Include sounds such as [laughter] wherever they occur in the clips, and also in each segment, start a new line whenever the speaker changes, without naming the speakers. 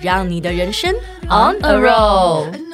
让你的人生 on a roll。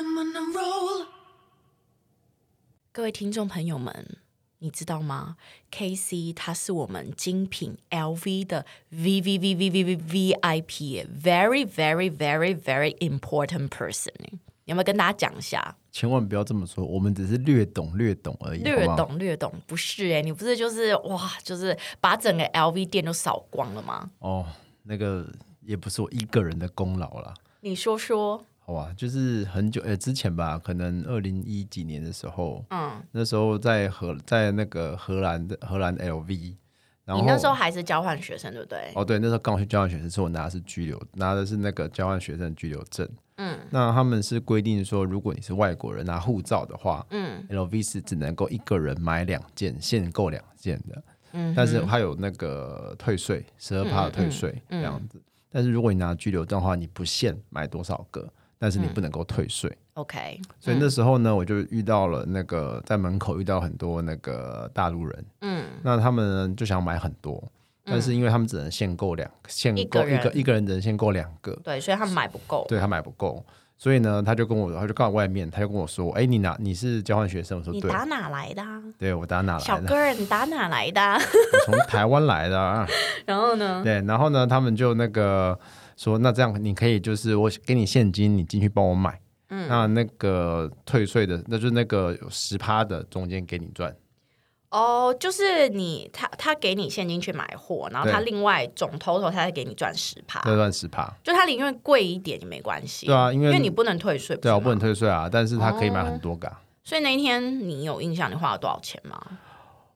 各位听众朋友们，你知道吗？K C 它是我们精品 L V 的 V V V V V V V I P very very very very important person 耶。你有没有跟大家讲一下？
千万不要这么说，我们只是略懂略懂而已，
略
好不好。
懂略懂，不是哎、你不是就是哇，就是把整个 L V 店都扫光了吗？
哦，那个也不是我一个人的功劳啦，
你说说，
好吧？就是很久呃之前吧，可能二零一几年的时候，
嗯，
那时候在荷在那个荷兰的荷兰 LV，然
你
后
那时候还是交换学生，对不对？
哦对，那时候刚好去交换学生，是我拿的是居留，拿的是那个交换学生居留证。
嗯
那他们是规定说，如果你是外国人拿护照的话，
嗯
LV 是只能够一个人买两件，限购两件的，
嗯
但是它有那个退税，十二趴的退税
嗯
这样子。但是如果你拿居留证的话，你不限买多少个，但是你不能够退税。
，OK，
所以那时候呢，我就遇到了那个在门口遇到很多那个大陆人，
嗯，
那他们呢就想买很多，但是因为他们只能限购两限
一
购
个
一个
人
一个人只能限购两个，
对，所以他们买不够，
对他买不够。所以呢，他就跟我，他就告诉我外面，他就跟我说：“哎、你拿你是交换学生？”我说：“
你
对，
打哪来的、啊？
对我打哪来
小
的？
哥儿，你打哪来的啊、 [laughs]
我从台湾来的、啊。
然后呢？
对，然后呢，他们就那个说，那这样你可以就是我给你现金，你进去帮我买。嗯，那那个退税的，那就是那个十趴的中间给你赚。
哦、就是你他他给你现金去买货，然后他
对
另外总 total 他再给你赚十趴，
那赚十趴。
就他宁愿贵一点也没关系。
对啊因为
你不哦能退税，
对
是
啊，我
吗
不能。退税啊，但是他可以买很多个啊、
所以那一天你有印象你花了多少钱吗？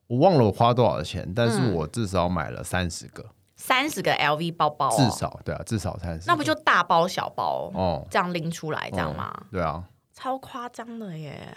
我忘了我花多少钱，但
嗯
是我至少买了三十个，
三十个 LV 包包、哦，
至少对啊，至少三十。
那不就大包小包、
哦，
这样拎出来这样吗？
对啊，
超夸张的耶！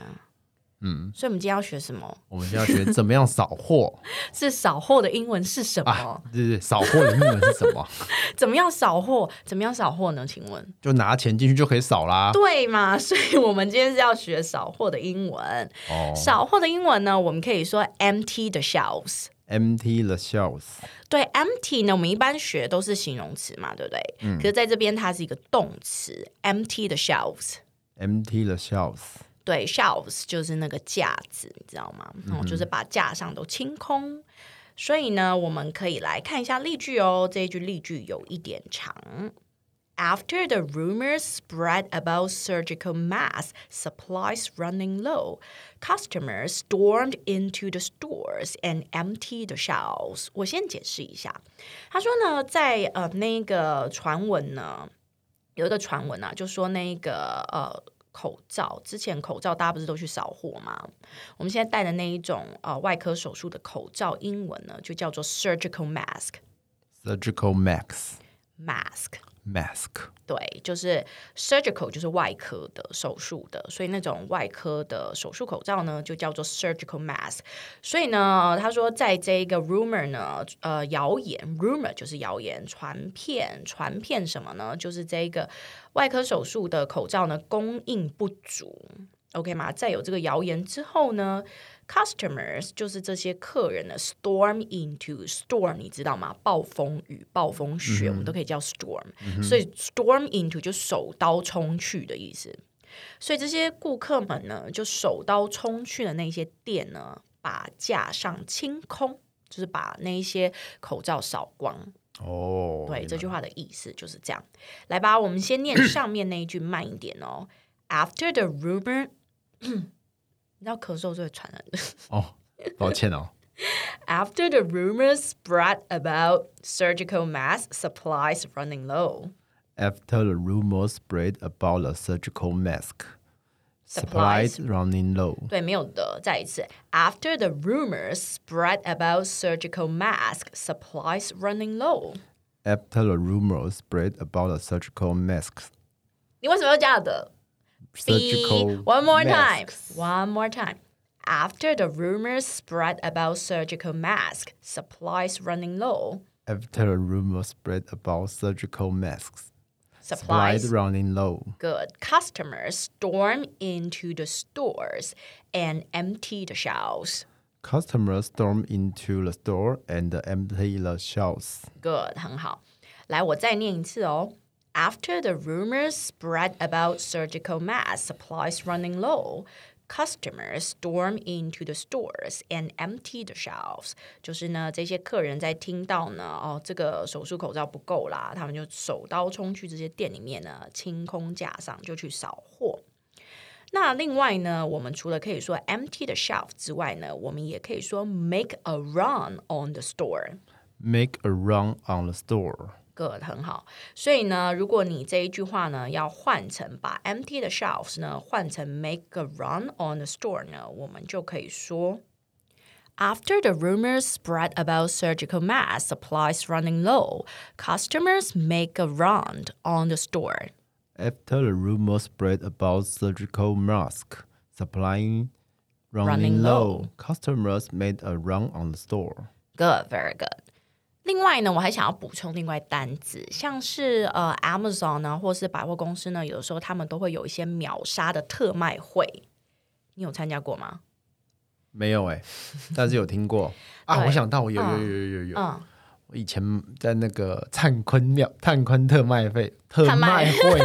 嗯，
所以我们今天要学什么？
我们就要学怎么样扫货
是扫货的英文是什么？
啊，对对，扫货的英文是什么？ [laughs]
怎么样扫货？怎么样扫货呢？请问？
就拿钱进去就可以扫啦。
对嘛？所以我们今天是要学扫货的英文。
哦
扫货的英文呢，我们可以说 empty the shelves。
，MT the shelves。
对，empty 呢，我们一般学都是形容词嘛，对不对？可是在这边它是一个动词，empty the shelves。
empty the shelves。
对，shelves 就是那个架子，你知道吗？然后就是把架上都清空。所以呢，我们可以来看一下例句哦。这一句例句有一点长。After the rumors spread about surgical masks, supplies running low, customers stormed into the stores and emptied the shelves. 我先解释一下，他说呢，在呃那个传闻呢，有一个传闻啊，就说那个呃口罩，之前口罩大家不是都去扫货吗？我们现在戴的那一种呃外科手术的口罩，英文呢就叫做 surgical mask
surgical max
mask。
mask
对，就是 surgical 就是外科的手术的，所以那种外科的手术口罩呢，就叫做 surgical mask。所以呢，他说在这个 rumor 呢，呃，谣言 rumor 就是谣言、传片、传片什么呢？就是这个外科手术的口罩呢供应不足，OK 吗？在有这个谣言之后呢，customers 就是这些客人呢，storm into storm，你知道吗？暴风雨、暴风雪，我们都可以叫 storm，、所以 storm into 就手刀冲去的意思。所以这些顾客们呢，就手刀冲去的那些店呢，把架上清空，就是把那一些口罩扫光。
哦，
对，这
就
句话的意思就是这样。来吧，我们先念上面那一句慢一点哦。After the rumor，你知道咳嗽是会传染的。
哦，抱歉哦，
After the rumors spread about surgical mask supplies running low,
After the rumors spread about the surgical mask,
supplies
supplies running low.
对，没有的。再一次，After the rumors spread about surgical mask supplies running low，
After the rumors spread about the surgical masks,
你为什么要加的？ B
surgical
one more time.
masks.
One more time. After the rumors spread about surgical mask, supplies running low.
After a rumor spread about surgical masks,
Supplies
supplies running low.
good. Customers storm into the stores and empty the shelves.
Customers storm into the store and empty the shelves.
Good，很好。来，我再念一次哦。After the rumors spread about surgical mask supplies running low, customers storm into the stores and empty the shelves。就是呢，这些客人在听到呢，哦，这个手术口罩不够啦，他们就手刀冲去这些店里面呢，清空架上，就去扫货。那另外呢，我们除了可以说 empty the shelf 之外呢，我们也可以说 make a run on the store。
Make a run on the store.
good 很好，所以呢，如果你这一句话呢要换成把 empty 的 shelves 呢换成 make a run on the store 呢，我们就可以说，After the rumors spread about surgical mask supplies running low, customers make a run on the store.
After the rumor spread about surgical mask supplying running,
Running
low,
low.
customers made a run on the store.
Good, very good. 另外呢，我还想要补充另外单字，像是呃 Amazon 呢，或是百货公司呢，有的时候他们都会有一些秒杀的特卖会，你有参加过吗？
没有哎、
[laughs]
但是有听过啊！
对嗯
我想到，我有有有有有有，我以前在那个灿坤庙、灿坤特卖会、特
特卖
卖会，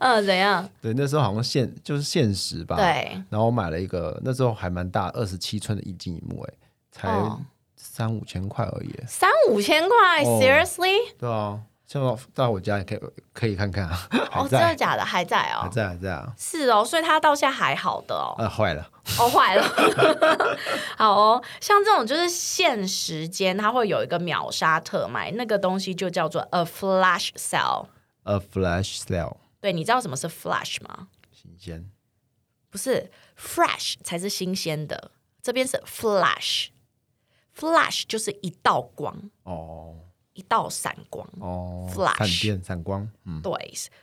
嗯，怎样？
[laughs] 对，那时候好像限就是限时吧，
对，
然后我买了一个，那时候还蛮大，二十七寸的液晶屏幕、哎，才
哦
三五千块而已、
三五千块、
哦
s e r i o u s l y
对啊，像到到我家也可以可以看看啊，还
哦，真的
在、
假的？还在哦
还，在还在啊，
是哦，所以它到现在还好的哦，
啊坏了，
哦坏了，
[laughs]
好哦，像这种就是限时间，它会有一个秒杀特卖，那个东西就叫做 a flash sale。
a 呃 flash sale
对，你知道什么是 flash 吗？
新鲜
不是 fresh 才是新鲜的，这边是 flash。flash 就是一道光，
哦
一道闪光。
哦
Flash
闪电闪光，嗯，
对，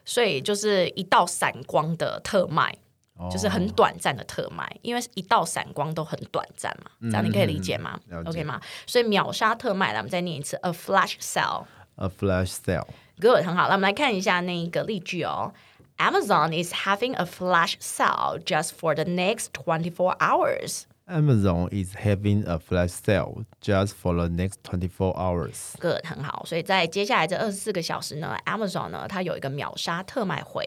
所以就是一道闪光的特卖，
哦
就是很短暂的特卖，因为一道闪光都很短暂嘛，这样你可以理解吗、
嗯了解
o k 吗？所以秒杀特卖，来我们再念一次，a flash sale。
a flash sale。
Good，很好，那我们来看一下那一个例句哦。Amazon is having a flash sale just for the next 24 hours.
Amazon is having a flash sale just for the next 24 hours.
Good，很好。所以在接下来这二十四个小时呢，Amazon 呢它有一个秒杀特卖会。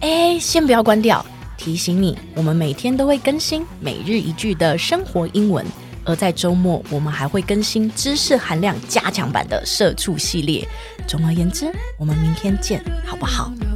哎，先不要关掉，提醒你，我们每天都会更新每日一句的生活英文，而在周末我们还会更新知识含量加强版的社畜系列。总而言之，我们明天见，好不好？
No,